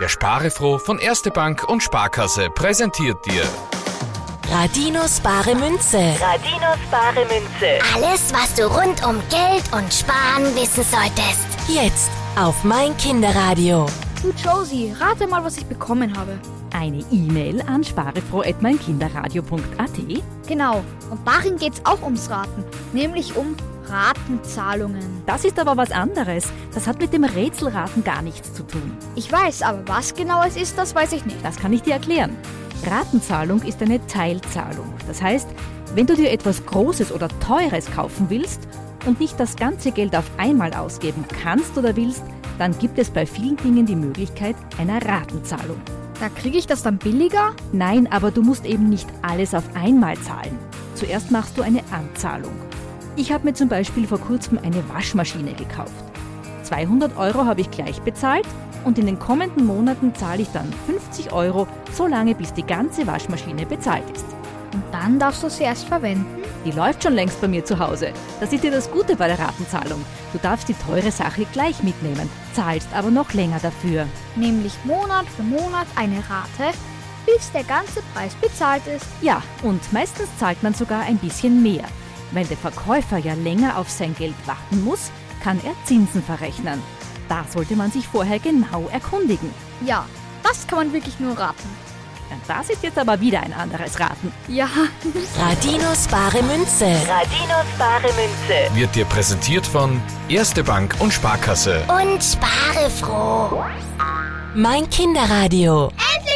Der Sparefroh von Erste Bank und Sparkasse präsentiert dir Radinos bare Münze. Radinos bare Münze. Alles, was du rund um Geld und Sparen wissen solltest. Jetzt auf mein Kinderradio. Du Josie, rate mal, was ich bekommen habe. Eine E-Mail an sparefroh.meinkinderradio.at Genau, und darin geht's auch ums Raten, nämlich um Ratenzahlungen. Das ist aber was anderes. Das hat mit dem Rätselraten gar nichts zu tun. Ich weiß, aber was genau es ist, das weiß ich nicht. Das kann ich dir erklären. Ratenzahlung ist eine Teilzahlung. Das heißt, wenn du dir etwas Großes oder Teures kaufen willst und nicht das ganze Geld auf einmal ausgeben kannst oder willst, dann gibt es bei vielen Dingen die Möglichkeit einer Ratenzahlung. Da kriege ich das dann billiger? Nein, aber du musst eben nicht alles auf einmal zahlen. Zuerst machst du eine Anzahlung. Ich habe mir zum Beispiel vor kurzem eine Waschmaschine gekauft. 200 Euro habe ich gleich bezahlt und in den kommenden Monaten zahle ich dann 50 Euro, so lange bis die ganze Waschmaschine bezahlt ist. Und dann darfst du sie erst verwenden? Die läuft schon längst bei mir zu Hause. Das ist dir das Gute bei der Ratenzahlung. Du darfst die teure Sache gleich mitnehmen, zahlst aber noch länger dafür. Nämlich Monat für Monat eine Rate, bis der ganze Preis bezahlt ist. Ja, und meistens zahlt man sogar ein bisschen mehr. Weil der Verkäufer ja länger auf sein Geld warten muss, kann er Zinsen verrechnen. Da sollte man sich vorher genau erkundigen. Ja, das kann man wirklich nur raten. Das ist jetzt aber wieder ein anderes Raten. Ja, Radinos bare Münze. Radinos bare Münze. wird dir präsentiert von Erste Bank und Sparkasse. Und spare froh. Mein Kinderradio. Endlich!